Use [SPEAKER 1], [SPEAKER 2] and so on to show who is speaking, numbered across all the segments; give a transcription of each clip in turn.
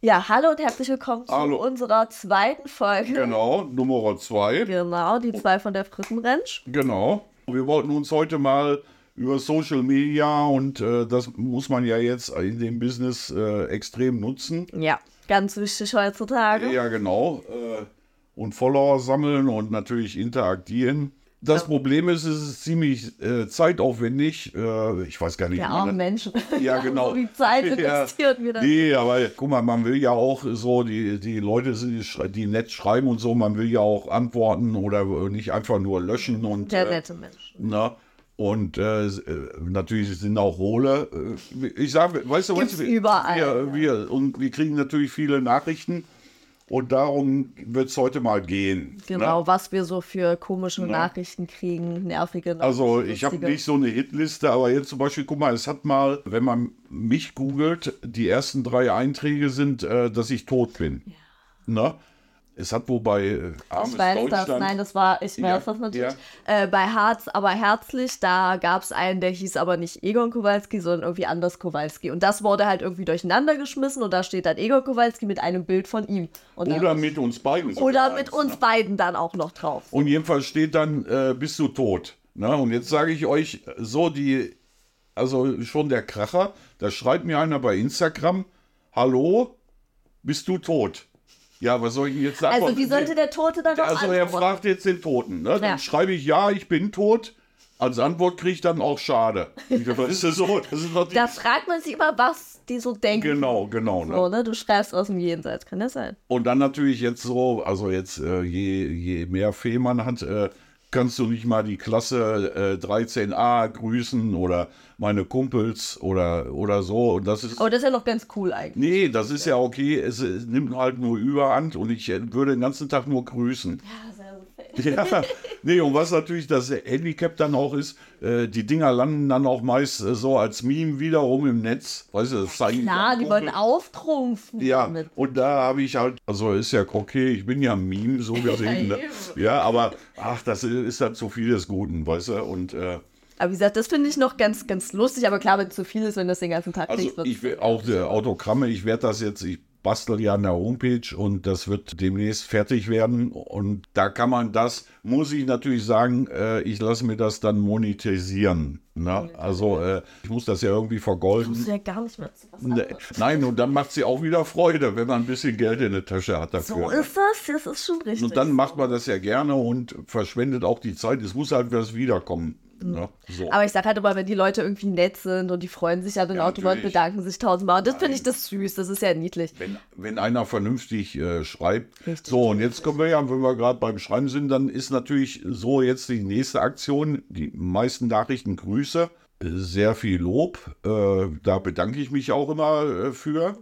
[SPEAKER 1] Ja, hallo und herzlich willkommen
[SPEAKER 2] Hallo.
[SPEAKER 1] zu unserer zweiten Folge.
[SPEAKER 2] Genau, Nummer zwei.
[SPEAKER 1] Genau, die zwei von der Frittenrensch.
[SPEAKER 2] Genau. Wir wollten uns heute mal über Social Media und äh, das muss man ja jetzt in dem Business äh, extrem nutzen.
[SPEAKER 1] Ja, ganz wichtig heutzutage.
[SPEAKER 2] Ja, genau. Äh, und Follower sammeln und natürlich interagieren. Das Problem ist, es ist ziemlich äh, zeitaufwendig. Äh, ich weiß gar nicht,
[SPEAKER 1] Wir
[SPEAKER 2] wie man
[SPEAKER 1] armen
[SPEAKER 2] das-
[SPEAKER 1] Menschen.
[SPEAKER 2] Ja, genau.
[SPEAKER 1] so viel Zeit investiert wir da.
[SPEAKER 2] Nee, aber guck mal, man will ja auch so, die, die Leute, die, schrei- die nett schreiben und so, man will ja auch antworten oder nicht einfach nur löschen und.
[SPEAKER 1] Sehr
[SPEAKER 2] äh,
[SPEAKER 1] nette Menschen.
[SPEAKER 2] na, und äh, s- äh, natürlich sind auch Hohle. Äh, ich sage, weißt du,
[SPEAKER 1] Gibt's
[SPEAKER 2] was, wir,
[SPEAKER 1] überall, ja.
[SPEAKER 2] Wir, wir, und wir kriegen natürlich viele Nachrichten und darum wird es heute mal gehen.
[SPEAKER 1] Genau,
[SPEAKER 2] ne?
[SPEAKER 1] was wir so für komische Nachrichten kriegen, nervige Nachrichten.
[SPEAKER 2] Also ich habe
[SPEAKER 1] lustige.
[SPEAKER 2] nicht so eine Hitliste, aber jetzt zum Beispiel, guck mal, es hat mal, wenn man mich googelt, die ersten drei Einträge sind, äh, dass ich tot bin. Ne? Es hat wobei äh, armes
[SPEAKER 1] Ich weiß das,
[SPEAKER 2] Deutschland.
[SPEAKER 1] nein, das war, ich weiß
[SPEAKER 2] Ja,
[SPEAKER 1] das natürlich. Äh, bei Harz, aber herzlich, da gab es einen, der hieß aber nicht Egon Kowalski, sondern irgendwie anders Kowalski. Und das wurde halt irgendwie durcheinander geschmissen und da steht dann Egon Kowalski mit einem Bild von ihm. Und dann,
[SPEAKER 2] oder mit uns beiden. ne? sogar
[SPEAKER 1] oder mit
[SPEAKER 2] eins,
[SPEAKER 1] uns beiden dann auch noch drauf.
[SPEAKER 2] Und jedenfalls steht dann, äh, bist du tot. Ne? Und jetzt sage ich euch, so die, also schon der Kracher, da schreibt mir einer bei Instagram, hallo, bist du tot? Ja, was soll ich denn jetzt sagen?
[SPEAKER 1] Also wie sollte der Tote dann noch
[SPEAKER 2] Also er
[SPEAKER 1] antworten?
[SPEAKER 2] fragt jetzt den Toten. Ne? Dann
[SPEAKER 1] Ja.
[SPEAKER 2] schreibe ich, ja, ich bin tot. Als Antwort kriege ich dann auch schade. Ich dachte, Was ist das so? Das ist doch die...
[SPEAKER 1] Da fragt man sich immer, was die so denken.
[SPEAKER 2] Genau, genau. Ne?
[SPEAKER 1] So, ne? Du schreibst aus dem Jenseits, kann das sein?
[SPEAKER 2] Und dann natürlich jetzt so, also jetzt äh, je, je mehr Fee man hat, äh, kannst du nicht mal die Klasse äh, 13a grüßen oder meine Kumpels oder, oder so. Und das ist.
[SPEAKER 1] Aber das ist ja noch ganz cool eigentlich.
[SPEAKER 2] Nee, das ist ja okay. Es, es nimmt halt nur Überhand und ich äh, würde den ganzen Tag nur grüßen.
[SPEAKER 1] Ja, sehr, sehr
[SPEAKER 2] Ja, nee, und was natürlich das Handicap dann auch ist, äh, die Dinger landen dann auch meist äh, so als Meme wiederum im Netz. Weißt du, das zeigen
[SPEAKER 1] Klar, die
[SPEAKER 2] Kumpel-
[SPEAKER 1] wollen auftrumpfen
[SPEAKER 2] ja,
[SPEAKER 1] damit.
[SPEAKER 2] und da habe ich halt, also ist ja okay, ich bin ja ein Meme, so gesehen. ne? ja, aber ach, das ist, ist halt so viel des Guten, weißt du? Und äh,
[SPEAKER 1] Aber wie gesagt, das finde ich noch ganz, ganz lustig, aber klar, wenn es zu viel ist, wenn das den ganzen Tag
[SPEAKER 2] also
[SPEAKER 1] kriegst, wird's-
[SPEAKER 2] ich will auch äh, Autogramme, ich werde das jetzt, ich bastel ja an der Homepage und das wird demnächst fertig werden. Und da kann man das, muss ich natürlich sagen, äh, ich lasse mir das dann monetisieren. Ne? Also äh, ich muss das ja irgendwie vergolden.
[SPEAKER 1] Das ist ja gar nicht mehr zu was
[SPEAKER 2] Ne,
[SPEAKER 1] anderes.
[SPEAKER 2] Nein, und dann macht sie auch wieder Freude, wenn man ein bisschen Geld in der Tasche hat dafür. ne?
[SPEAKER 1] So ist das, das ist schon richtig.
[SPEAKER 2] Und dann macht man das ja gerne und verschwendet auch die Zeit. Es muss halt was wiederkommen. Ne? So.
[SPEAKER 1] aber ich sag halt immer, wenn die Leute irgendwie nett sind und die freuen sich ja dann
[SPEAKER 2] Ja,
[SPEAKER 1] auch drüber und
[SPEAKER 2] natürlich.
[SPEAKER 1] bedanken sich tausendmal. Und das finde
[SPEAKER 2] Nein.
[SPEAKER 1] ich das süß, das ist ja niedlich.
[SPEAKER 2] Wenn, wenn einer vernünftig äh, schreibt.
[SPEAKER 1] Richtig.
[SPEAKER 2] So, und jetzt kommen wir ja, wenn wir gerade beim Schreiben sind, dann ist natürlich so jetzt die nächste Aktion. Die meisten Nachrichten Grüße, äh, sehr viel Lob. Äh, da bedanke ich mich auch immer äh, für.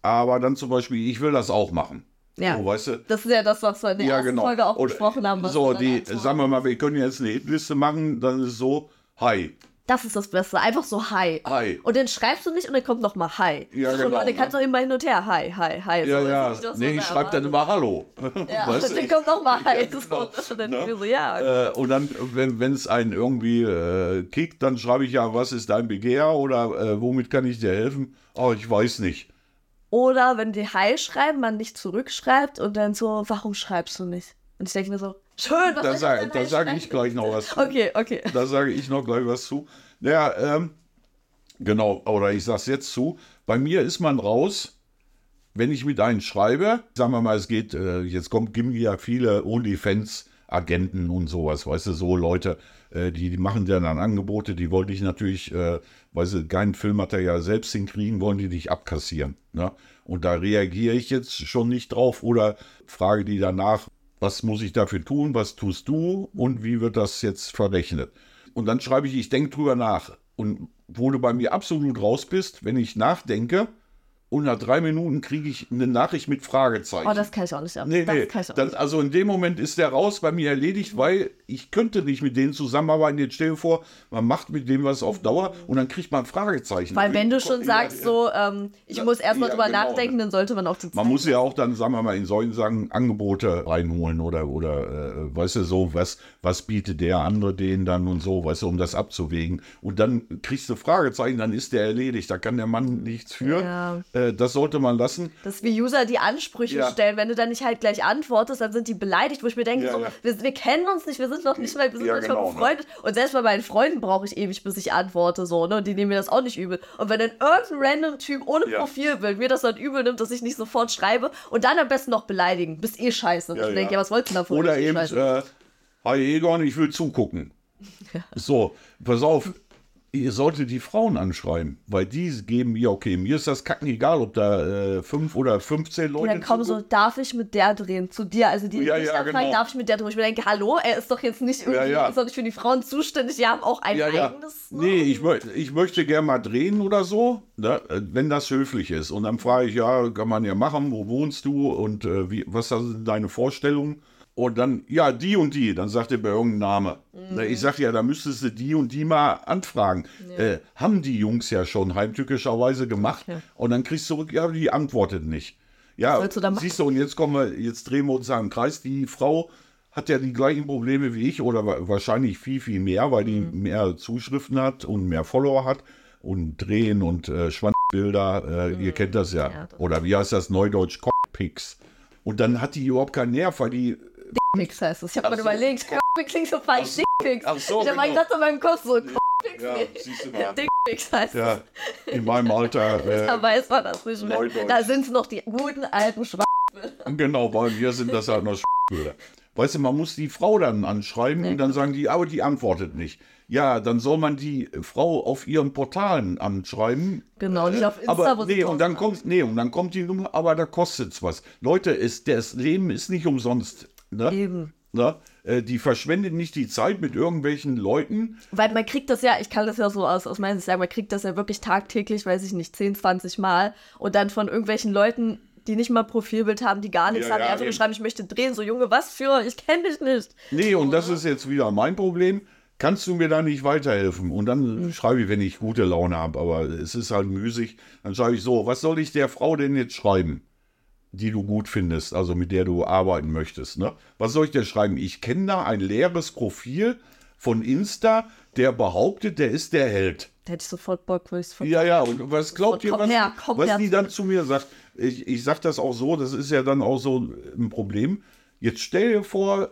[SPEAKER 2] Aber dann zum Beispiel, ich will das auch machen.
[SPEAKER 1] Ja.
[SPEAKER 2] So, weißt du,
[SPEAKER 1] Das ist ja das, was wir in der ersten Folge auch
[SPEAKER 2] Oder,
[SPEAKER 1] besprochen haben. was
[SPEAKER 2] genau. So,
[SPEAKER 1] wir dann
[SPEAKER 2] die,
[SPEAKER 1] antworten.
[SPEAKER 2] sagen wir mal, wir können jetzt eine Hitliste machen, dann ist es so, hi,
[SPEAKER 1] Das ist das Beste. Einfach so Hi.
[SPEAKER 2] Hi.
[SPEAKER 1] Und dann schreibst du nicht und dann kommt nochmal Hi.
[SPEAKER 2] Ja,
[SPEAKER 1] und
[SPEAKER 2] genau,
[SPEAKER 1] dann kannst du auch immer hin und her Hi, Hi, Hi.
[SPEAKER 2] Ja,
[SPEAKER 1] So,
[SPEAKER 2] ja.
[SPEAKER 1] das ist das,
[SPEAKER 2] nee,
[SPEAKER 1] was
[SPEAKER 2] ich
[SPEAKER 1] er
[SPEAKER 2] schreibe dann
[SPEAKER 1] erwartet.
[SPEAKER 2] immer Hallo.
[SPEAKER 1] Ja,
[SPEAKER 2] Weißt du?
[SPEAKER 1] und dann kommt nochmal Hi. Das
[SPEAKER 2] genau,
[SPEAKER 1] ist so, dann
[SPEAKER 2] ne?
[SPEAKER 1] ne? so, ja.
[SPEAKER 2] Äh, und dann, wenn es einen irgendwie äh, kickt, dann schreibe ich ja, was ist dein Begehr oder äh, womit kann ich dir helfen? Oh, ich weiß nicht.
[SPEAKER 1] Oder wenn die Hi schreiben, man nicht zurückschreibt und dann so, warum schreibst du nicht? Und ich denke mir so, schön, was
[SPEAKER 2] Da
[SPEAKER 1] soll
[SPEAKER 2] sage
[SPEAKER 1] ich
[SPEAKER 2] da
[SPEAKER 1] denn
[SPEAKER 2] sag ich
[SPEAKER 1] reinschreiben?
[SPEAKER 2] gleich noch was.
[SPEAKER 1] Okay, okay.
[SPEAKER 2] Da sage ich noch gleich was zu. Naja, ähm, genau, oder ich sage es jetzt zu. Bei mir ist man raus, wenn ich mit einem schreibe. Sagen wir mal, es geht, äh, jetzt kommt, gibt ja viele OnlyFans-Agenten und sowas, weißt du, so Leute, äh, die, die machen dir dann Angebote, die wollte ich natürlich, äh, weil sie kein Filmmaterial selbst hinkriegen, wollen die dich abkassieren. Ne? Und da reagiere ich jetzt schon nicht drauf oder frage die danach, was muss ich dafür tun, was tust du und wie wird das jetzt verrechnet? Und dann schreibe ich, ich denke drüber nach. Und wo du bei mir absolut raus bist, wenn ich nachdenke, und nach drei Minuten kriege ich eine Nachricht mit Fragezeichen.
[SPEAKER 1] Oh, das kann ich auch nicht ab.
[SPEAKER 2] nee,
[SPEAKER 1] das
[SPEAKER 2] nee.
[SPEAKER 1] kann ich auch
[SPEAKER 2] Das,
[SPEAKER 1] nicht.
[SPEAKER 2] also in dem Moment ist der raus bei mir erledigt, weil ich könnte nicht mit denen zusammenarbeiten. Jetzt stell dir vor, man macht mit dem was auf Dauer und dann kriegt man Fragezeichen.
[SPEAKER 1] Weil wenn du schon
[SPEAKER 2] Ja,
[SPEAKER 1] sagst,
[SPEAKER 2] ja.
[SPEAKER 1] so, ähm, ich
[SPEAKER 2] Ja,
[SPEAKER 1] muss erstmal
[SPEAKER 2] ja,
[SPEAKER 1] drüber
[SPEAKER 2] genau,
[SPEAKER 1] nachdenken,
[SPEAKER 2] ne?
[SPEAKER 1] dann sollte man auch die Zeit.
[SPEAKER 2] Man muss ja auch dann, sagen wir mal, in solchen Sachen Angebote reinholen oder, oder äh, weißt du, so, was, was bietet der andere denen dann und so, weißt du, um das abzuwägen. Und dann kriegst du Fragezeichen, dann ist der erledigt, da kann der Mann nichts für.
[SPEAKER 1] Ja.
[SPEAKER 2] Äh, äh, das sollte man lassen.
[SPEAKER 1] Dass wir User die Ansprüche
[SPEAKER 2] Ja.
[SPEAKER 1] stellen, wenn du dann nicht halt gleich antwortest, dann sind die beleidigt, wo ich mir denke,
[SPEAKER 2] Ja,
[SPEAKER 1] so,
[SPEAKER 2] ja.
[SPEAKER 1] Wir, wir kennen uns nicht, wir sind noch nicht mal, wir sind
[SPEAKER 2] Ja,
[SPEAKER 1] noch nicht mal
[SPEAKER 2] genau, ne?
[SPEAKER 1] befreundet. Und selbst bei meinen Freunden brauche ich ewig, bis ich antworte, so, ne? Und die nehmen mir das auch nicht übel. Und wenn dann irgendein random Typ ohne
[SPEAKER 2] Ja.
[SPEAKER 1] Profilbild mir das dann übel nimmt, dass ich nicht sofort schreibe und dann am besten noch beleidigen, bist eh scheiße.
[SPEAKER 2] Ja,
[SPEAKER 1] ich
[SPEAKER 2] ja.
[SPEAKER 1] denke, ja, was wolltest du davon? eh
[SPEAKER 2] Oder eben, äh, hi Egon, ich will zugucken. So, pass auf, ihr solltet die Frauen anschreiben, weil die geben ja, okay, mir ist das kacken egal, ob da äh, fünf oder 15 Leute
[SPEAKER 1] und dann kommen so,
[SPEAKER 2] zugucken.
[SPEAKER 1] darf ich mit der drehen? Zu dir. Also die
[SPEAKER 2] Ja,
[SPEAKER 1] nicht
[SPEAKER 2] ja,
[SPEAKER 1] anfragen,
[SPEAKER 2] genau.
[SPEAKER 1] darf ich mit der drehen? Ich mir denke, hallo, er ist doch jetzt nicht irgendwie,
[SPEAKER 2] ja.
[SPEAKER 1] ist doch nicht für die Frauen zuständig, die haben auch ein
[SPEAKER 2] ja, ja.
[SPEAKER 1] eigenes. ne?
[SPEAKER 2] Nee, ich, mö- ich möchte gerne mal drehen oder so, ne, äh, wenn das höflich ist. Und dann frage ich, ja, kann man ja machen, wo wohnst du und äh, wie, was sind deine Vorstellungen? Und dann, ja, die und die, dann sagt er bei irgendeinem Name. Ne, Ich sage ja, da müsstest du die und die mal anfragen. Äh, haben die Jungs ja schon heimtückischerweise gemacht.
[SPEAKER 1] Ja.
[SPEAKER 2] Und dann kriegst du zurück, ja, die antwortet nicht. Ja,
[SPEAKER 1] sollst du da machen?
[SPEAKER 2] siehst du, und jetzt kommen wir, jetzt drehen wir uns am Kreis. Die Frau hat ja die gleichen Probleme wie ich oder wa- wahrscheinlich viel, viel mehr, weil die mehr Zuschriften hat und mehr Follower hat und Drehen und äh, Schwanzbilder. Äh, Ihr kennt das ja.
[SPEAKER 1] Ja, das-
[SPEAKER 2] oder wie heißt das Neudeutsch? Cockpicks. Und dann hat die überhaupt keinen Nerv, weil die.
[SPEAKER 1] Mix heißt es. Ich habe
[SPEAKER 2] Ach
[SPEAKER 1] mal
[SPEAKER 2] so.
[SPEAKER 1] überlegt, Mix klingt so falsch, Dickmix.
[SPEAKER 2] Ach so,
[SPEAKER 1] ich habe
[SPEAKER 2] genau.
[SPEAKER 1] gerade so in meinem Kopf so,
[SPEAKER 2] Ja, siehst du
[SPEAKER 1] Dickmix heißt es.
[SPEAKER 2] Ja, in meinem Alter.
[SPEAKER 1] Da
[SPEAKER 2] Äh,
[SPEAKER 1] weiß man das nicht mehr.
[SPEAKER 2] Neudeutsch.
[SPEAKER 1] Da sind noch die guten alten Schwaben.
[SPEAKER 2] genau, weil wir sind das halt noch Schwanzbilder. Weißt du, man muss die Frau dann anschreiben und dann sagen die, aber die antwortet nicht. Ja, dann soll man die Frau auf ihren Portalen anschreiben
[SPEAKER 1] Genau, nicht auf Insta,
[SPEAKER 2] aber
[SPEAKER 1] wo sie
[SPEAKER 2] nee, und
[SPEAKER 1] tausend
[SPEAKER 2] dann kommt nee, und dann kommt die Nummer, aber da kostet's was. Leute, ist das Leben ist nicht umsonst, ne?
[SPEAKER 1] Eben.
[SPEAKER 2] Ne? Äh, die verschwendet nicht die Zeit mit irgendwelchen Leuten.
[SPEAKER 1] Weil man kriegt das ja, ich kann das ja so aus, aus meiner Sicht sagen, man kriegt das ja wirklich tagtäglich, weiß ich nicht, 10, 20 Mal und dann von irgendwelchen Leuten, die nicht mal Profilbild haben, die gar nichts
[SPEAKER 2] Ja,
[SPEAKER 1] haben, die
[SPEAKER 2] ja,
[SPEAKER 1] einfach nur
[SPEAKER 2] eben.
[SPEAKER 1] schreiben, ich möchte drehen, so Junge, was für, ich kenne dich nicht.
[SPEAKER 2] Nee, und das ist jetzt wieder mein Problem. Kannst du mir da nicht weiterhelfen? Und dann schreibe ich, wenn ich gute Laune habe, aber es ist halt müßig. Dann schreibe ich so, was soll ich der Frau denn jetzt schreiben, die du gut findest, also mit der du arbeiten möchtest? Ne? Was soll ich dir schreiben? Ich kenne da ein leeres Profil von Insta, der behauptet, der ist der Held.
[SPEAKER 1] Da hätte ich sofort Bock, würde ich sofort
[SPEAKER 2] Ja, ja, und was glaubt ihr,
[SPEAKER 1] Komm
[SPEAKER 2] was,
[SPEAKER 1] her, komm
[SPEAKER 2] was
[SPEAKER 1] her
[SPEAKER 2] die
[SPEAKER 1] zu-
[SPEAKER 2] dann zu mir sagt? Ich, ich sag das auch so, das ist ja dann auch so ein Problem. Jetzt stell dir vor,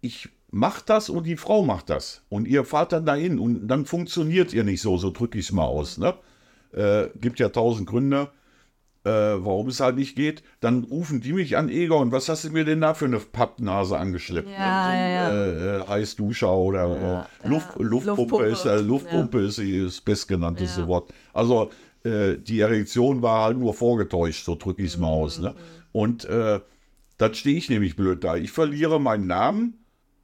[SPEAKER 2] ich mach das und die Frau macht das. Und ihr fahrt dann dahin und dann funktioniert ihr nicht so, so drücke ich es mal aus. Ne? Äh, gibt ja tausend Gründe, äh, warum es halt nicht geht. Dann rufen die mich an, Egon, was hast du mir denn da für eine Pappnase angeschleppt?
[SPEAKER 1] Ja, ja, ja.
[SPEAKER 2] äh, äh, Heißduscher oder äh, Luft, Luftpumpe,
[SPEAKER 1] Luftpumpe.
[SPEAKER 2] ist äh, Luftpumpe ist das bestgenannteste Wort. Also äh, die Erektion war halt nur vorgetäuscht, so drücke ich es mal aus. Ne? Und äh, dann stehe ich nämlich blöd da. Ich verliere meinen Namen,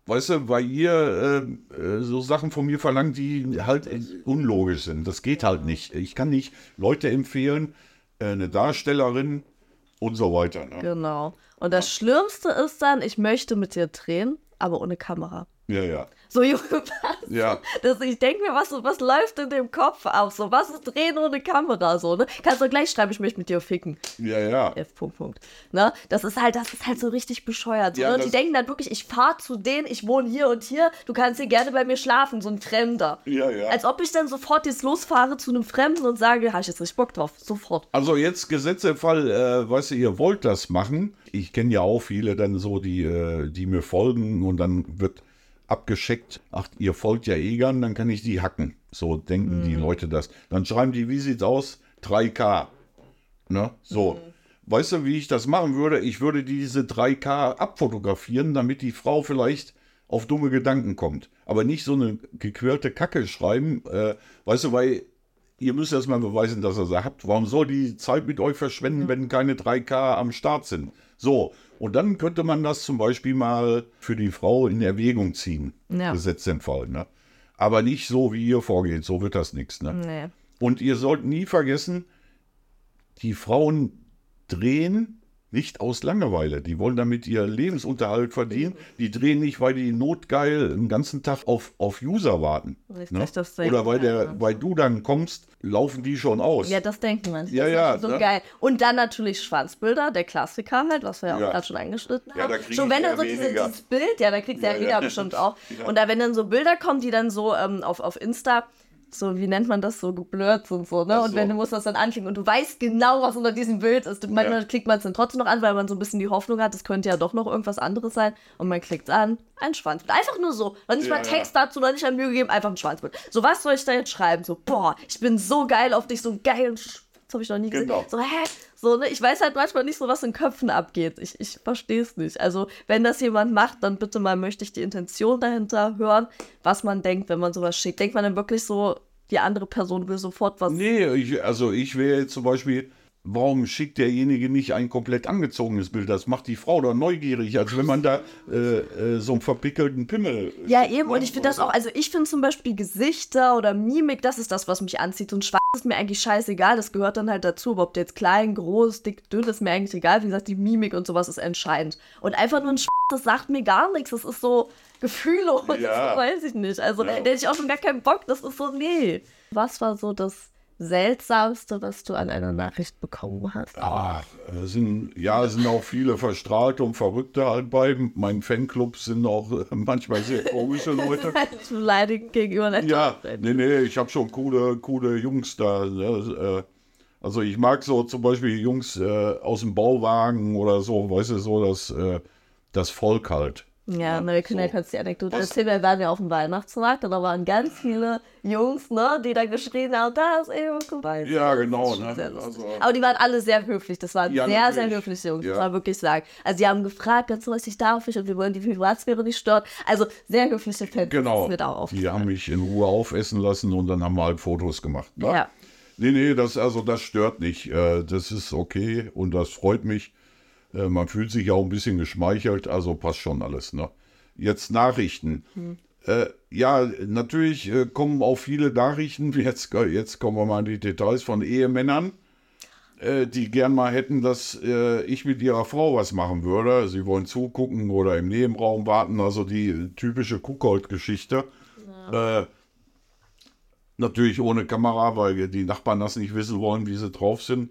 [SPEAKER 2] weißt du, weil ihr äh, äh, so Sachen von mir verlangt, die halt äh, unlogisch sind. Das geht halt nicht. Ich kann nicht Leute empfehlen, äh, eine Darstellerin und so weiter. Ne?
[SPEAKER 1] Genau. Und das Schlimmste ist dann, ich möchte mit dir drehen, aber ohne Kamera.
[SPEAKER 2] Ja, ja.
[SPEAKER 1] So, Junge, was?
[SPEAKER 2] Ja.
[SPEAKER 1] Das, ich denke mir, was, was läuft in dem Kopf ab? So, was ist Drehen ohne Kamera? So, ne? Kannst du gleich schreiben, ich möchte mit dir ficken.
[SPEAKER 2] Ja, ja.
[SPEAKER 1] F. Punkt, Punkt. Ne? Das ist halt, das ist halt so richtig bescheuert. So,
[SPEAKER 2] Ja,
[SPEAKER 1] ne? Die
[SPEAKER 2] das-
[SPEAKER 1] denken dann wirklich, ich fahre zu denen, ich wohne hier und hier, du kannst hier gerne bei mir schlafen, so ein Fremder.
[SPEAKER 2] Ja, ja.
[SPEAKER 1] Als ob ich dann sofort jetzt losfahre zu einem Fremden und sage, habe ich jetzt richtig Bock drauf. Sofort.
[SPEAKER 2] Also jetzt Gesetz im Fall, äh, weißt du, ihr wollt das machen. Ich kenne ja auch viele dann so, die, äh, die mir folgen und dann wird abgescheckt, ach, ihr folgt ja Egan, dann kann ich die hacken. So denken die Leute das. Dann schreiben die, wie sieht's aus? 3K. Ne? So. Weißt du, wie ich das machen würde? Ich würde diese 3K abfotografieren, damit die Frau vielleicht auf dumme Gedanken kommt. Aber nicht so eine gequirlte Kacke schreiben. Äh, weißt du, weil ihr müsst erstmal beweisen, dass ihr sie habt. Warum soll die Zeit mit euch verschwenden, wenn keine 3K am Start sind? So, und dann könnte man das zum Beispiel mal für die Frau in Erwägung ziehen.
[SPEAKER 1] Ja.
[SPEAKER 2] Gesetzt den Fall, ne? Aber nicht so, wie ihr vorgeht. So wird das nichts, ne?
[SPEAKER 1] Nee.
[SPEAKER 2] Und ihr sollt nie vergessen, die Frauen drehen nicht aus Langeweile. Die wollen damit ihr Lebensunterhalt verdienen. Die drehen nicht, weil die notgeil den ganzen Tag auf, auf User warten. ne?
[SPEAKER 1] Nicht, dass ich das denke,
[SPEAKER 2] Oder weil,
[SPEAKER 1] ja.
[SPEAKER 2] der, weil du dann kommst, laufen die schon aus.
[SPEAKER 1] Ja, das denken man.
[SPEAKER 2] Ja,
[SPEAKER 1] das
[SPEAKER 2] ja,
[SPEAKER 1] Ist so
[SPEAKER 2] ne?
[SPEAKER 1] geil. Und dann natürlich Schwanzbilder, der Klassiker halt, was wir ja auch
[SPEAKER 2] Ja.
[SPEAKER 1] gerade schon angeschnitten haben.
[SPEAKER 2] Ja, da krieg
[SPEAKER 1] schon
[SPEAKER 2] ich
[SPEAKER 1] wenn
[SPEAKER 2] eher
[SPEAKER 1] dann so diese,
[SPEAKER 2] weniger.
[SPEAKER 1] dieses Bild, ja, da kriegst du ja,
[SPEAKER 2] Ja,
[SPEAKER 1] jeder
[SPEAKER 2] ja.
[SPEAKER 1] bestimmt auch.
[SPEAKER 2] Ja.
[SPEAKER 1] Und da, wenn dann so Bilder kommen, die dann so ähm, auf, auf Insta so, wie nennt man das, so geblurrt und so, ne?
[SPEAKER 2] Ach
[SPEAKER 1] Und
[SPEAKER 2] so.
[SPEAKER 1] wenn du musst das dann anklicken und du weißt genau, was unter diesem Bild ist. Und manchmal klickt man es dann trotzdem noch an, weil man so ein bisschen die Hoffnung hat, es könnte ja doch noch irgendwas anderes sein. Und man klickt an, ein Schwanzbild. Einfach nur so. Noch nicht
[SPEAKER 2] Ja,
[SPEAKER 1] mal
[SPEAKER 2] ja.
[SPEAKER 1] Text dazu, noch nicht mal Mühe gegeben, einfach ein Schwanzbild. So, was soll ich da jetzt schreiben? So, boah, ich bin so geil auf dich, so einen geilen Sch das habe ich noch nie gesehen.
[SPEAKER 2] Genau.
[SPEAKER 1] So, hä? So, ne? Ich weiß halt manchmal nicht so, was in Köpfen abgeht. Ich, ich verstehe es nicht. Also, wenn das jemand macht, dann bitte mal möchte ich die Intention dahinter hören, was man denkt, wenn man sowas schickt. Denkt man dann wirklich so, die andere Person will sofort was.
[SPEAKER 2] Nee, ich, also ich wäre jetzt zum Beispiel, warum schickt derjenige nicht ein komplett angezogenes Bild? Das macht die Frau doch neugierig, als wenn man da äh, äh, so einen verpickelten Pimmel. ne?
[SPEAKER 1] Ja, eben. Und ich finde das auch, also ich finde zum Beispiel Gesichter oder Mimik, das ist das, was mich anzieht. Und schwarz ist mir eigentlich scheißegal, das gehört dann halt dazu. Aber ob der jetzt klein, groß, dick, dünn, ist mir eigentlich egal. Wie gesagt, die Mimik und sowas ist entscheidend. Und einfach nur ein schwarz, das sagt mir gar nichts. Das ist so gefühllos,
[SPEAKER 2] Ja.
[SPEAKER 1] das weiß ich nicht. Also
[SPEAKER 2] Ja.
[SPEAKER 1] da hätte ich auch schon gar keinen Bock, das ist so, nee. Was war so das Seltsamste, was du an einer Nachricht bekommen hast?
[SPEAKER 2] Ah, es sind, ja, es sind auch viele Verstrahlte und Verrückte halt bei. Mein Fanclub sind auch äh, manchmal sehr komische Leute.
[SPEAKER 1] Nicht beleidigend gegenüber einer
[SPEAKER 2] Ja,
[SPEAKER 1] Tochter.
[SPEAKER 2] nee, nee, ich habe schon coole, coole Jungs da. Ne? äh, Also ich mag so zum Beispiel Jungs äh, aus dem Bauwagen oder so, weißt du, so das, äh, das Volk halt.
[SPEAKER 1] Ja, ne, wir können ja
[SPEAKER 2] so.
[SPEAKER 1] kurz die Anekdote
[SPEAKER 2] Was?
[SPEAKER 1] erzählen. Wir waren ja auf dem Weihnachtsmarkt und da waren ganz viele Jungs, ne, die da geschrien haben, da ist eben Kobalt.
[SPEAKER 2] Ja, genau.
[SPEAKER 1] schon
[SPEAKER 2] Ne?
[SPEAKER 1] sehr lustig.
[SPEAKER 2] Also,
[SPEAKER 1] Aber die waren alle sehr höflich. Das waren
[SPEAKER 2] Ja,
[SPEAKER 1] sehr, sehr
[SPEAKER 2] natürlich.
[SPEAKER 1] höfliche Jungs. Das
[SPEAKER 2] Ja.
[SPEAKER 1] war wirklich sagen. Also, die haben gefragt, ganz richtig darf ich und wir wollen die Privatsphäre nicht stören. Also, sehr höfliche Fans.
[SPEAKER 2] genau.
[SPEAKER 1] Das wird auch
[SPEAKER 2] Die
[SPEAKER 1] aufgefallen.
[SPEAKER 2] haben mich in Ruhe aufessen lassen und dann haben wir halt Fotos gemacht. Ne?
[SPEAKER 1] Ja.
[SPEAKER 2] Nee, nee, das, also das stört nicht. Äh, Das ist okay und das freut mich. Äh, Man fühlt sich auch ein bisschen geschmeichelt, also passt schon alles. Ne? Jetzt Nachrichten. Äh, ja, natürlich äh, kommen auch viele Nachrichten. Jetzt, jetzt kommen wir mal in die Details von Ehemännern, äh, die gern mal hätten, dass äh, ich mit ihrer Frau was machen würde. Sie wollen zugucken oder im Nebenraum warten. Also die typische Kuckold-Geschichte. Äh, Natürlich ohne Kamera, weil die Nachbarn das nicht wissen wollen, wie sie drauf sind.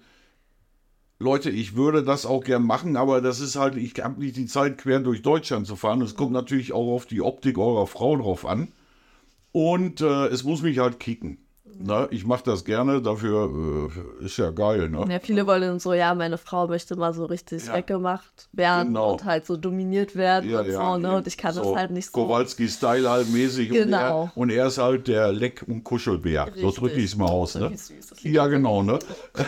[SPEAKER 2] Leute, ich würde das auch gern machen, aber das ist halt, ich habe nicht die Zeit, quer durch Deutschland zu fahren. Es kommt natürlich auch auf die Optik eurer Frau drauf an. Und äh, es muss mich halt kicken. Ne? Ich mache das gerne, dafür äh, ist ja geil. Ne?
[SPEAKER 1] Ja, viele wollen so, ja, meine Frau möchte mal so richtig
[SPEAKER 2] Ja.
[SPEAKER 1] weggemacht werden
[SPEAKER 2] Genau.
[SPEAKER 1] und halt so dominiert werden
[SPEAKER 2] Ja,
[SPEAKER 1] und
[SPEAKER 2] ja,
[SPEAKER 1] so, ne?
[SPEAKER 2] eben.
[SPEAKER 1] Und ich kann
[SPEAKER 2] So
[SPEAKER 1] das halt nicht so.
[SPEAKER 2] Kowalski-Style halt mäßig.
[SPEAKER 1] Genau.
[SPEAKER 2] Und, er, und er ist halt der Leck- und Kuschelbär. So
[SPEAKER 1] Richtig.
[SPEAKER 2] drücke ich es mal aus. Ne?
[SPEAKER 1] Wie süß. Das
[SPEAKER 2] Ja, genau, ne?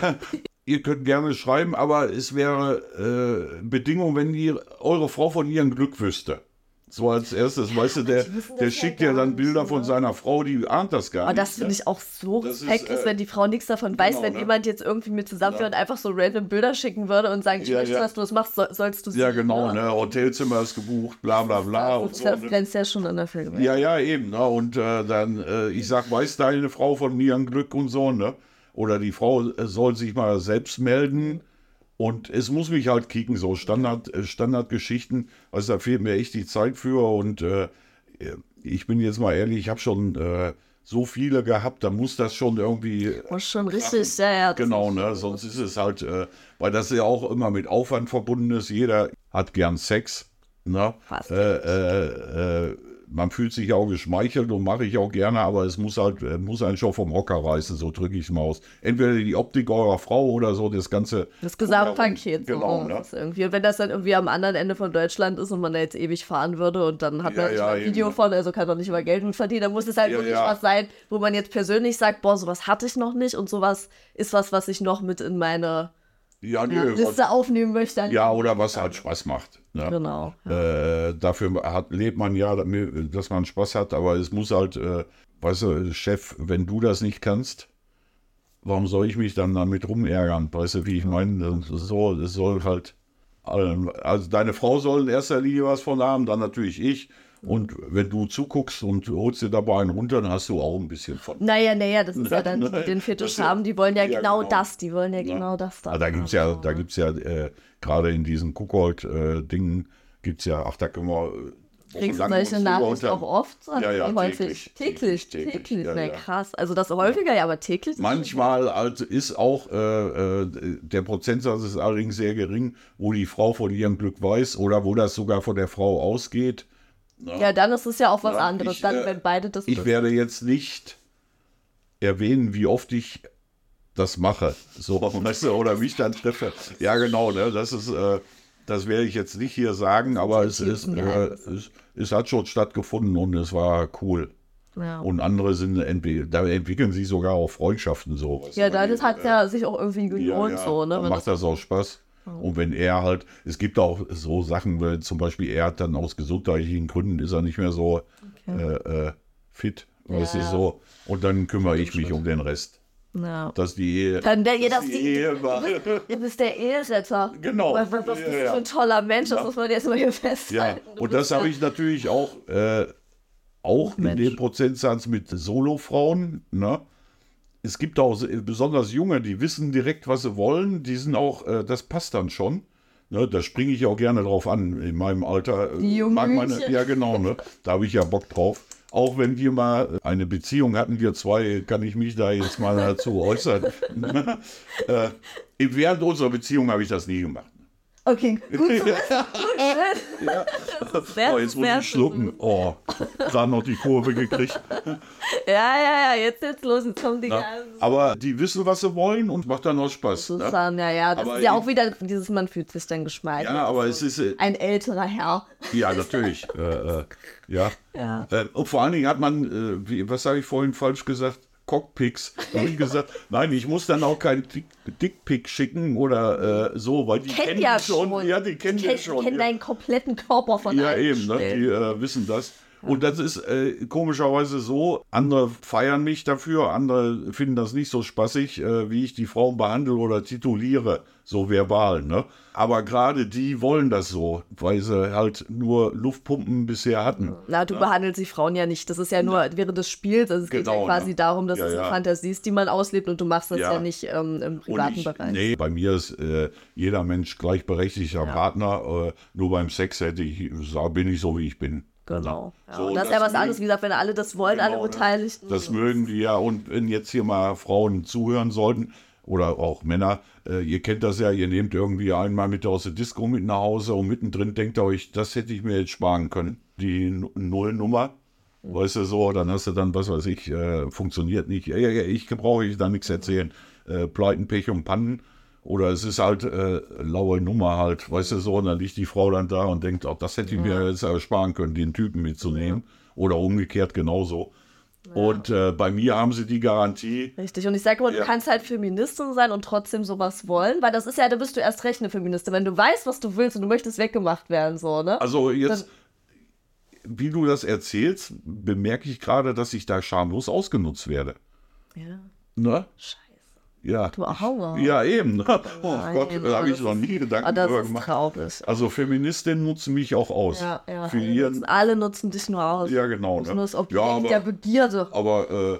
[SPEAKER 2] ihr könnt gerne schreiben, aber es wäre äh, Bedingung, wenn ihr, eure Frau von ihrem Glück wüsste. So als erstes, weißt du, der,
[SPEAKER 1] die wissen
[SPEAKER 2] der
[SPEAKER 1] das ja
[SPEAKER 2] schickt ja
[SPEAKER 1] gar
[SPEAKER 2] dann
[SPEAKER 1] nicht,
[SPEAKER 2] Bilder
[SPEAKER 1] ne?
[SPEAKER 2] von seiner Frau, die ahnt das gar
[SPEAKER 1] Aber
[SPEAKER 2] nicht.
[SPEAKER 1] Oh, das finde ich auch so
[SPEAKER 2] Das ist,
[SPEAKER 1] respektlos,
[SPEAKER 2] äh,
[SPEAKER 1] wenn die Frau nichts davon weiß,
[SPEAKER 2] genau,
[SPEAKER 1] wenn
[SPEAKER 2] ne?
[SPEAKER 1] jemand jetzt irgendwie mit zusammen wäre und einfach so random Bilder schicken würde und sagen, ich
[SPEAKER 2] Ja,
[SPEAKER 1] möchte,
[SPEAKER 2] ja.
[SPEAKER 1] dass du das machst, soll, sollst du
[SPEAKER 2] Ja, genau, ne? Hotelzimmer ist gebucht, bla bla bla. Und
[SPEAKER 1] Das
[SPEAKER 2] so, ne?
[SPEAKER 1] glänzt ja schon an der Filme.
[SPEAKER 2] Ja, ja, eben. Ne? Und äh, dann, äh, ich sag, weiß deine Frau von mir ein Glück und so, ne? Oder die Frau äh, soll sich mal selbst melden. Und es muss mich halt kicken, so Standard, äh, Standardgeschichten. Also da fehlt mir echt die Zeit für. Und äh, ich bin jetzt mal ehrlich, ich habe schon äh, so viele gehabt, da muss das schon irgendwie äh,
[SPEAKER 1] Muss schon richtig, ja, ja. das-
[SPEAKER 2] Genau, ne? sonst ist es halt, äh, weil das ja auch immer mit Aufwand verbunden ist. Jeder hat gern Sex. Ne?
[SPEAKER 1] Fast.
[SPEAKER 2] Äh, äh, äh, man fühlt sich auch geschmeichelt und mache ich auch gerne, aber es muss halt, äh, muss einen schon vom Hocker reißen, so drücke ich es mal aus. Entweder die Optik eurer Frau oder so, das ganze.
[SPEAKER 1] Das Gesamtpaket. so,
[SPEAKER 2] Genau,
[SPEAKER 1] ne?
[SPEAKER 2] ne?
[SPEAKER 1] Das ist irgendwie. Und wenn das dann irgendwie am anderen Ende von Deutschland ist und man da jetzt ewig fahren würde und dann hat
[SPEAKER 2] Ja,
[SPEAKER 1] man nicht
[SPEAKER 2] ja,
[SPEAKER 1] mal ein
[SPEAKER 2] eben,
[SPEAKER 1] Video
[SPEAKER 2] ne?
[SPEAKER 1] von, also kann man nicht mal Geld mit verdienen, dann muss es halt
[SPEAKER 2] Ja,
[SPEAKER 1] wirklich
[SPEAKER 2] ja.
[SPEAKER 1] was sein, wo man jetzt persönlich sagt, boah, sowas hatte ich noch nicht und sowas ist was, was ich noch mit in meine
[SPEAKER 2] Ja, nee, Gott.
[SPEAKER 1] Liste aufnehmen möchte.
[SPEAKER 2] ja oder was halt Spaß macht. Ne?
[SPEAKER 1] Genau.
[SPEAKER 2] Äh, dafür hat, lebt man ja, dass man Spaß hat, aber es muss halt, äh, weißt du, Chef, wenn du das nicht kannst, warum soll ich mich dann damit rumärgern? Weißt du, wie ich meine? Das ist So, das soll halt. allen- Also deine Frau soll in erster Linie was von haben, dann natürlich ich. Und wenn du zuguckst und holst dir dabei einen runter, dann hast du auch ein bisschen von.
[SPEAKER 1] Naja, naja, das ist ja dann,
[SPEAKER 2] Nein,
[SPEAKER 1] den Fetisch
[SPEAKER 2] das ist ja-
[SPEAKER 1] haben, die wollen ja,
[SPEAKER 2] ja,
[SPEAKER 1] genau,
[SPEAKER 2] genau.
[SPEAKER 1] das, die wollen ja genau das da.
[SPEAKER 2] Ah, da gibt es ja,
[SPEAKER 1] ne?
[SPEAKER 2] da gibt's ja äh, gerade in diesen Kuckold-Dingen, gibt es ja, ach, da können wir. äh,
[SPEAKER 1] Kriegst du
[SPEAKER 2] wochenlang uns
[SPEAKER 1] solche
[SPEAKER 2] drüber
[SPEAKER 1] Nachrichten
[SPEAKER 2] unter-
[SPEAKER 1] auch oft?
[SPEAKER 2] Ja, ja,
[SPEAKER 1] häufig. Täglich,
[SPEAKER 2] täglich,
[SPEAKER 1] täglich,
[SPEAKER 2] täglich, ja,
[SPEAKER 1] na
[SPEAKER 2] ja.
[SPEAKER 1] krass. Also das häufiger, ja, aber täglich.
[SPEAKER 2] Manchmal also ist auch äh, äh, der Prozentsatz ist allerdings sehr gering, wo die Frau von ihrem Glück weiß oder wo das sogar von der Frau ausgeht.
[SPEAKER 1] ja, dann ist es ja auch was
[SPEAKER 2] Ja,
[SPEAKER 1] anderes,
[SPEAKER 2] ich,
[SPEAKER 1] dann,
[SPEAKER 2] äh,
[SPEAKER 1] wenn beide das
[SPEAKER 2] Ich werde jetzt nicht erwähnen, wie oft ich das mache. So, weißt du, oder wie ich dann treffe. Ja, genau, ne? das ist, äh, das werde ich jetzt nicht hier sagen, aber es, ist, äh, es, es hat schon stattgefunden und es war cool.
[SPEAKER 1] Ja,
[SPEAKER 2] Und andere sind, entwi- da entwickeln sich sogar auch Freundschaften so. weißt
[SPEAKER 1] ja
[SPEAKER 2] du, wenn
[SPEAKER 1] dann
[SPEAKER 2] die-
[SPEAKER 1] hat es ja sich auch irgendwie
[SPEAKER 2] äh, ja,
[SPEAKER 1] gelohnt,
[SPEAKER 2] ja,
[SPEAKER 1] so, ne?
[SPEAKER 2] Dann
[SPEAKER 1] Wenn das,
[SPEAKER 2] macht das auch Spaß. Und wenn er halt, es gibt auch so Sachen, weil zum Beispiel er hat dann aus gesundheitlichen Gründen ist er nicht mehr so äh, äh, fit, weißt du
[SPEAKER 1] ja.
[SPEAKER 2] so. Und dann kümmere ich mich um den Rest.
[SPEAKER 1] ja.
[SPEAKER 2] Dass die Ehe.
[SPEAKER 1] Dann der, ihr,
[SPEAKER 2] dass
[SPEAKER 1] das,
[SPEAKER 2] die
[SPEAKER 1] die,
[SPEAKER 2] Ehe war.
[SPEAKER 1] ihr bist der Ehesetzer.
[SPEAKER 2] Genau.
[SPEAKER 1] Was, was, was bist
[SPEAKER 2] Ja,
[SPEAKER 1] du
[SPEAKER 2] ja.
[SPEAKER 1] für ein toller Mensch, das muss man jetzt mal hier festhalten.
[SPEAKER 2] Ja,
[SPEAKER 1] Du
[SPEAKER 2] und
[SPEAKER 1] bist
[SPEAKER 2] das
[SPEAKER 1] ja-
[SPEAKER 2] habe ich natürlich auch, äh, auch in
[SPEAKER 1] Mensch.
[SPEAKER 2] den Prozentsatz mit Solofrauen. Ne? Es gibt auch se- besonders Junge, die wissen direkt, was sie wollen. Die sind auch, äh, das passt dann schon. Ne, da springe ich auch gerne drauf an. In meinem Alter. äh,
[SPEAKER 1] Die jungen Hühnchen.
[SPEAKER 2] ja, genau. Ne? Da habe ich ja Bock drauf. Auch wenn wir mal eine Beziehung hatten, wir zwei, kann ich mich da jetzt mal dazu äußern. äh, während unserer Beziehung habe ich das nie gemacht.
[SPEAKER 1] Okay, gut zu wissen. Sehr,
[SPEAKER 2] Oh, jetzt muss
[SPEAKER 1] sehr
[SPEAKER 2] ich schlucken. Oh, gerade noch die Kurve gekriegt.
[SPEAKER 1] Ja, ja, ja, jetzt jetzt los, jetzt kommen die
[SPEAKER 2] Ne?
[SPEAKER 1] ganzen.
[SPEAKER 2] Aber die wissen, was sie wollen und macht dann auch Spaß. Ne?
[SPEAKER 1] Susanne, ja, ja, das
[SPEAKER 2] Aber
[SPEAKER 1] ist ja
[SPEAKER 2] ich-
[SPEAKER 1] auch wieder dieses Mann fühlt sich dann geschmeichelt.
[SPEAKER 2] Ja, aber es ist, äh,
[SPEAKER 1] Ein älterer Herr.
[SPEAKER 2] ja, natürlich. Äh, äh, ja.
[SPEAKER 1] Ja.
[SPEAKER 2] Äh, und vor allen Dingen hat man, äh, wie, was habe ich vorhin falsch gesagt? Cockpicks. Da habe ich gesagt, nein, ich muss dann auch keinen Dick- Dickpick schicken oder äh, so, weil die
[SPEAKER 1] Kennt
[SPEAKER 2] kennen
[SPEAKER 1] ja
[SPEAKER 2] die schon. Ja, die kennen ja
[SPEAKER 1] Kennt-
[SPEAKER 2] schon.
[SPEAKER 1] kennt
[SPEAKER 2] ja.
[SPEAKER 1] deinen kompletten Körper von
[SPEAKER 2] Ja,
[SPEAKER 1] allen
[SPEAKER 2] eben, ne?
[SPEAKER 1] Stellen.
[SPEAKER 2] die äh, wissen das. Und das ist äh, komischerweise so, andere feiern mich dafür, andere finden das nicht so spaßig, äh, wie ich die Frauen behandle oder tituliere, so verbal. Ne? Aber gerade die wollen das so, weil sie halt nur Luftpumpen bisher hatten.
[SPEAKER 1] Na, du behandelst die Frauen ja nicht. Das ist ja nur während des Spiels. Also es geht ja
[SPEAKER 2] Genau,
[SPEAKER 1] quasi
[SPEAKER 2] ne?
[SPEAKER 1] darum, dass
[SPEAKER 2] Ja,
[SPEAKER 1] es eine
[SPEAKER 2] ja.
[SPEAKER 1] Fantasie ist, die man auslebt und du machst das ja,
[SPEAKER 2] Ja.
[SPEAKER 1] nicht ähm, im
[SPEAKER 2] Und
[SPEAKER 1] privaten
[SPEAKER 2] ich,
[SPEAKER 1] Bereich.
[SPEAKER 2] Nee, bei mir ist äh, jeder Mensch gleichberechtigter Partner, äh, nur beim Sex hätte ich, da bin ich so, wie ich bin.
[SPEAKER 1] Genau. Ja.
[SPEAKER 2] So,
[SPEAKER 1] und das ist
[SPEAKER 2] das
[SPEAKER 1] ja was
[SPEAKER 2] mögen-
[SPEAKER 1] anderes, wie gesagt, wenn alle das wollen, alle
[SPEAKER 2] Genau, ne?
[SPEAKER 1] Beteiligten.
[SPEAKER 2] Das mögen die ja. Und wenn jetzt hier mal Frauen zuhören sollten oder auch Männer, äh, ihr kennt das ja, ihr nehmt irgendwie einmal mit aus der Disco mit nach Hause und mittendrin denkt ihr euch, das hätte ich mir jetzt sparen können. Die N- Nullnummer. Weißt du so, dann hast du dann, was weiß ich, äh, funktioniert nicht. Ja, ja, ja, ich brauche ich da nichts erzählen. Äh, Pleiten, Pech und Pannen. Oder es ist halt äh, laue Nummer halt, weißt du so, und dann liegt die Frau dann da und denkt, auch das hätte ich mir jetzt aber sparen können, den Typen mitzunehmen. Oder umgekehrt genauso. Und äh, bei mir haben sie die Garantie.
[SPEAKER 1] Richtig. Und ich sage immer, du
[SPEAKER 2] Ja.
[SPEAKER 1] kannst halt Feministin sein und trotzdem sowas wollen, weil das ist ja, da bist du erst recht eine Feministin, wenn du weißt, was du willst und du möchtest weggemacht werden, so, ne?
[SPEAKER 2] Also jetzt, wie du das erzählst, bemerke ich gerade, dass ich da schamlos ausgenutzt werde.
[SPEAKER 1] ja.
[SPEAKER 2] Ne?
[SPEAKER 1] Scheiße.
[SPEAKER 2] Ja.
[SPEAKER 1] Du Aua.
[SPEAKER 2] Ja, eben. ne? Oh
[SPEAKER 1] Nein,
[SPEAKER 2] Gott,
[SPEAKER 1] aber
[SPEAKER 2] da habe
[SPEAKER 1] das
[SPEAKER 2] ich noch
[SPEAKER 1] ist-
[SPEAKER 2] nie
[SPEAKER 1] Ah,
[SPEAKER 2] Gedanken
[SPEAKER 1] das
[SPEAKER 2] drüber
[SPEAKER 1] ist
[SPEAKER 2] gemacht.
[SPEAKER 1] traurig.
[SPEAKER 2] Also Feministinnen nutzen mich auch aus.
[SPEAKER 1] Ja, ja.
[SPEAKER 2] Für
[SPEAKER 1] alle
[SPEAKER 2] ihren,
[SPEAKER 1] nutzen, alle nutzen dich nur aus.
[SPEAKER 2] ja genau.
[SPEAKER 1] Das ist nur das
[SPEAKER 2] Ne?
[SPEAKER 1] Objekt
[SPEAKER 2] Ja,
[SPEAKER 1] der
[SPEAKER 2] aber,
[SPEAKER 1] Begierde.
[SPEAKER 2] aber äh,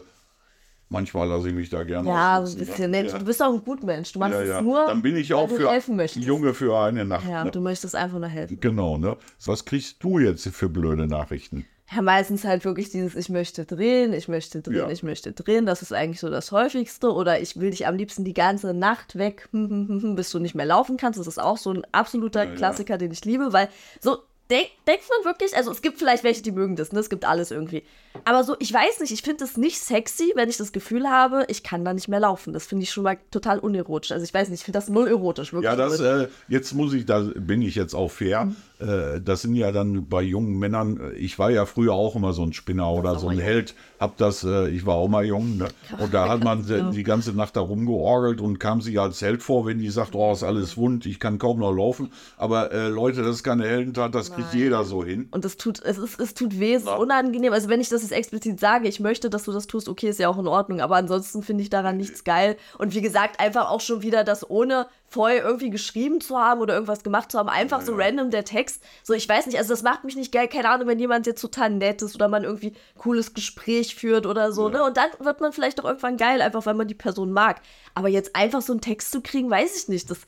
[SPEAKER 2] manchmal lasse ich mich da gerne
[SPEAKER 1] Ja, so ein
[SPEAKER 2] ausnutzen,
[SPEAKER 1] bisschen.
[SPEAKER 2] ne?
[SPEAKER 1] Nee,
[SPEAKER 2] Ja.
[SPEAKER 1] Du bist auch ein gut Mensch. Du machst
[SPEAKER 2] Ja,
[SPEAKER 1] es
[SPEAKER 2] ja.
[SPEAKER 1] nur,
[SPEAKER 2] Dann bin ich auch
[SPEAKER 1] weil du
[SPEAKER 2] für
[SPEAKER 1] helfen möchtest.
[SPEAKER 2] Junge für eine Nacht.
[SPEAKER 1] Ja,
[SPEAKER 2] ne?
[SPEAKER 1] du möchtest einfach nur helfen.
[SPEAKER 2] Genau, ne? Was kriegst du jetzt für blöde Nachrichten?
[SPEAKER 1] Ja, meistens halt wirklich dieses, ich möchte drehen, ich möchte drehen,
[SPEAKER 2] Ja.
[SPEAKER 1] ich möchte drehen. Das ist eigentlich so das häufigste. Oder ich will dich am liebsten die ganze Nacht weg, hm, hm, hm, hm, bis du nicht mehr laufen kannst. Das ist auch so ein absoluter
[SPEAKER 2] ja.
[SPEAKER 1] Klassiker, den ich liebe, weil so denk, denkt man wirklich, also es gibt vielleicht welche, die mögen das, ne? Es gibt alles irgendwie. Aber so, ich weiß nicht, ich finde es nicht sexy, wenn ich das Gefühl habe, ich kann da nicht mehr laufen. Das finde ich schon mal total unerotisch. Also ich weiß nicht, ich finde das null erotisch, wirklich.
[SPEAKER 2] Ja, das,
[SPEAKER 1] null.
[SPEAKER 2] äh, jetzt muss ich, da bin ich jetzt auch fair. Äh, das sind ja dann bei jungen Männern, äh, ich war ja früher auch immer so ein Spinner oder so ein Held, hab das, äh, ich war auch mal jung, ne? Und da hat man äh, die ganze Nacht da rumgeorgelt und kam sich als Held vor, wenn die sagt, oh, ist alles wund, ich kann kaum noch laufen. Aber äh, Leute, das ist keine Heldentat, das kriegt jeder so hin.
[SPEAKER 1] Und es tut, es, ist, es tut weh, es ist unangenehm. Also wenn ich das jetzt explizit sage, ich möchte, dass du das tust, okay, ist ja auch in Ordnung. Aber ansonsten finde ich daran nichts geil. Und wie gesagt, einfach auch schon wieder das ohne vorher irgendwie geschrieben zu haben oder irgendwas gemacht zu haben, einfach so random der Text. So, ich weiß nicht, also das macht mich nicht geil. Keine Ahnung, wenn jemand jetzt total nett ist oder man irgendwie cooles Gespräch führt oder so. Ne? Und dann wird man vielleicht doch irgendwann geil, einfach weil man die Person mag. Aber jetzt einfach so einen Text zu kriegen, weiß ich nicht. Das,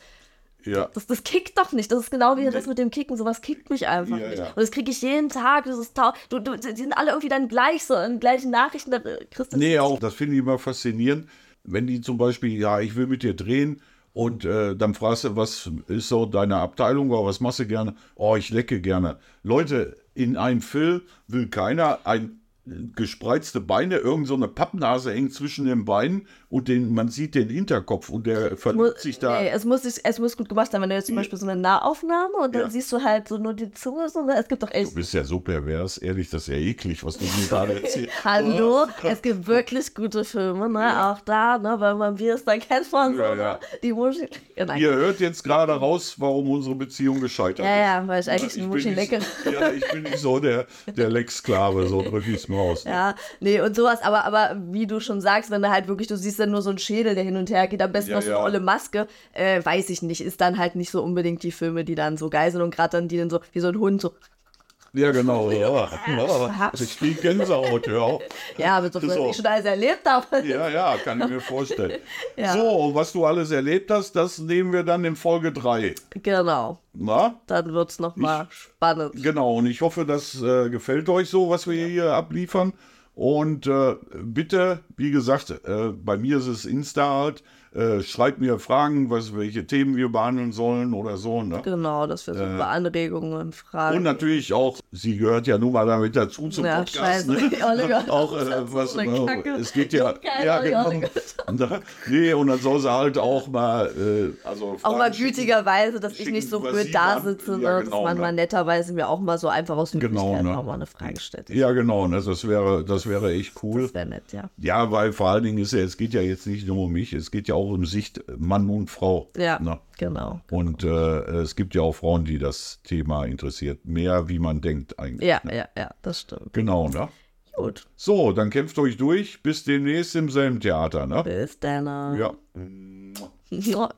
[SPEAKER 2] Ja.
[SPEAKER 1] das, das kickt doch nicht. Das ist genau wie das mit dem Kicken. Sowas kickt mich einfach
[SPEAKER 2] Ja,
[SPEAKER 1] nicht.
[SPEAKER 2] ja.
[SPEAKER 1] Und das kriege ich jeden Tag. Das ist tau du, du, die sind alle irgendwie dann gleich so in gleichen Nachrichten. Dann, äh, kriegst du-
[SPEAKER 2] Nee, auch das finde ich immer faszinierend, wenn die zum Beispiel, ja, ich will mit dir drehen und äh, dann fragst du, was ist so deine Abteilung oder was machst Oh, du gerne? Oh, ich lecke gerne. Leute, in einem Film will keiner ein gespreizte Beine, irgend so eine Pappnase hängt zwischen den Beinen und den, man sieht den Hinterkopf und der verliert sich da.
[SPEAKER 1] Nee, es muss, sich- es muss gut gemacht sein, wenn du jetzt zum Beispiel so eine Nahaufnahme und dann
[SPEAKER 2] Ja.
[SPEAKER 1] siehst du halt so nur die Zunge. So, es gibt doch echt.
[SPEAKER 2] Du bist ja so pervers, ehrlich, das ist ja eklig, was du mir gerade Oh, erzählst.
[SPEAKER 1] Hallo, es gibt wirklich gute Filme, ne? Auch da, ne? Wenn man Bier ist, dann kennt man so,
[SPEAKER 2] Ja,
[SPEAKER 1] ja,
[SPEAKER 2] ja.
[SPEAKER 1] die Muschi. Ja, nein.
[SPEAKER 2] Ihr hört jetzt gerade raus, warum unsere Beziehung gescheitert
[SPEAKER 1] ja,
[SPEAKER 2] ist.
[SPEAKER 1] ja, weil ich eigentlich eine
[SPEAKER 2] bin
[SPEAKER 1] Muschi
[SPEAKER 2] nicht-
[SPEAKER 1] lecke.
[SPEAKER 2] Ja, ich bin nicht so der, der Lex-Sklave, so drück ich es mal aus.
[SPEAKER 1] Ja, nee, und sowas, aber, aber wie du schon sagst, wenn du halt wirklich, du siehst dann nur so einen Schädel, der hin und her geht, am besten
[SPEAKER 2] Ja,
[SPEAKER 1] noch so
[SPEAKER 2] ja.
[SPEAKER 1] eine olle Maske, äh, weiß ich nicht, ist dann halt nicht so unbedingt die Filme, die dann so geil sind und gerade dann die dann so, wie so ein Hund, so,
[SPEAKER 2] Ja, genau. Ja. Ja. Ich krieg Gänsehaut, hör auf.
[SPEAKER 1] ja, aber so, was
[SPEAKER 2] So.
[SPEAKER 1] ich schon alles erlebt habe.
[SPEAKER 2] Ja, ja, kann ich mir vorstellen.
[SPEAKER 1] Ja.
[SPEAKER 2] So, was du alles erlebt hast, das nehmen wir dann in Folge 3.
[SPEAKER 1] Genau,
[SPEAKER 2] Na?
[SPEAKER 1] dann wird's nochmal spannend.
[SPEAKER 2] Genau, und ich hoffe, das äh, gefällt euch so, was wir hier abliefern. Und äh, bitte, wie gesagt, äh, bei mir ist es Insta halt. Äh, schreibt mir Fragen, was, welche Themen wir behandeln sollen oder so. Ne?
[SPEAKER 1] Genau, dass wir so über Anregungen
[SPEAKER 2] Und
[SPEAKER 1] fragen.
[SPEAKER 2] natürlich auch, sie gehört ja nun mal damit dazu zum
[SPEAKER 1] Ja,
[SPEAKER 2] Podcast.
[SPEAKER 1] scheiße.
[SPEAKER 2] Ne?
[SPEAKER 1] Oliver,
[SPEAKER 2] auch
[SPEAKER 1] das
[SPEAKER 2] äh,
[SPEAKER 1] ist
[SPEAKER 2] was,
[SPEAKER 1] so eine
[SPEAKER 2] äh,
[SPEAKER 1] Kacke.
[SPEAKER 2] es geht ja,
[SPEAKER 1] Kein
[SPEAKER 2] ja
[SPEAKER 1] Oliver.
[SPEAKER 2] genau. Na, nee, und dann soll sie halt auch mal, äh, also
[SPEAKER 1] Auch mal
[SPEAKER 2] Fragen schicken.
[SPEAKER 1] gütigerweise, dass ich
[SPEAKER 2] schicken,
[SPEAKER 1] nicht so
[SPEAKER 2] was
[SPEAKER 1] blöd
[SPEAKER 2] Sie
[SPEAKER 1] da
[SPEAKER 2] machen.
[SPEAKER 1] sitze,
[SPEAKER 2] Ja,
[SPEAKER 1] ne?
[SPEAKER 2] genau,
[SPEAKER 1] dass man
[SPEAKER 2] ne?
[SPEAKER 1] mal netterweise mir auch mal so einfach aus
[SPEAKER 2] Genau,
[SPEAKER 1] Höflichkeit
[SPEAKER 2] ne?
[SPEAKER 1] auch mal eine Frage stellt.
[SPEAKER 2] Ja, genau, ne, das wäre, das wäre echt cool.
[SPEAKER 1] Das wäre nett, ja.
[SPEAKER 2] Ja, weil vor allen Dingen ist ja, es geht ja jetzt nicht nur um mich, es geht ja auch um Sicht Mann und Frau.
[SPEAKER 1] Ja,
[SPEAKER 2] Ne?
[SPEAKER 1] genau.
[SPEAKER 2] Und äh, es gibt ja auch Frauen, die das Thema interessiert. Mehr, wie man denkt eigentlich.
[SPEAKER 1] Ja, ja, ja, das stimmt.
[SPEAKER 2] Genau, ne?
[SPEAKER 1] Gut.
[SPEAKER 2] So, dann kämpft euch durch. Bis demnächst im selben Theater, ne?
[SPEAKER 1] Bis dann.
[SPEAKER 2] Ja.
[SPEAKER 1] Ja.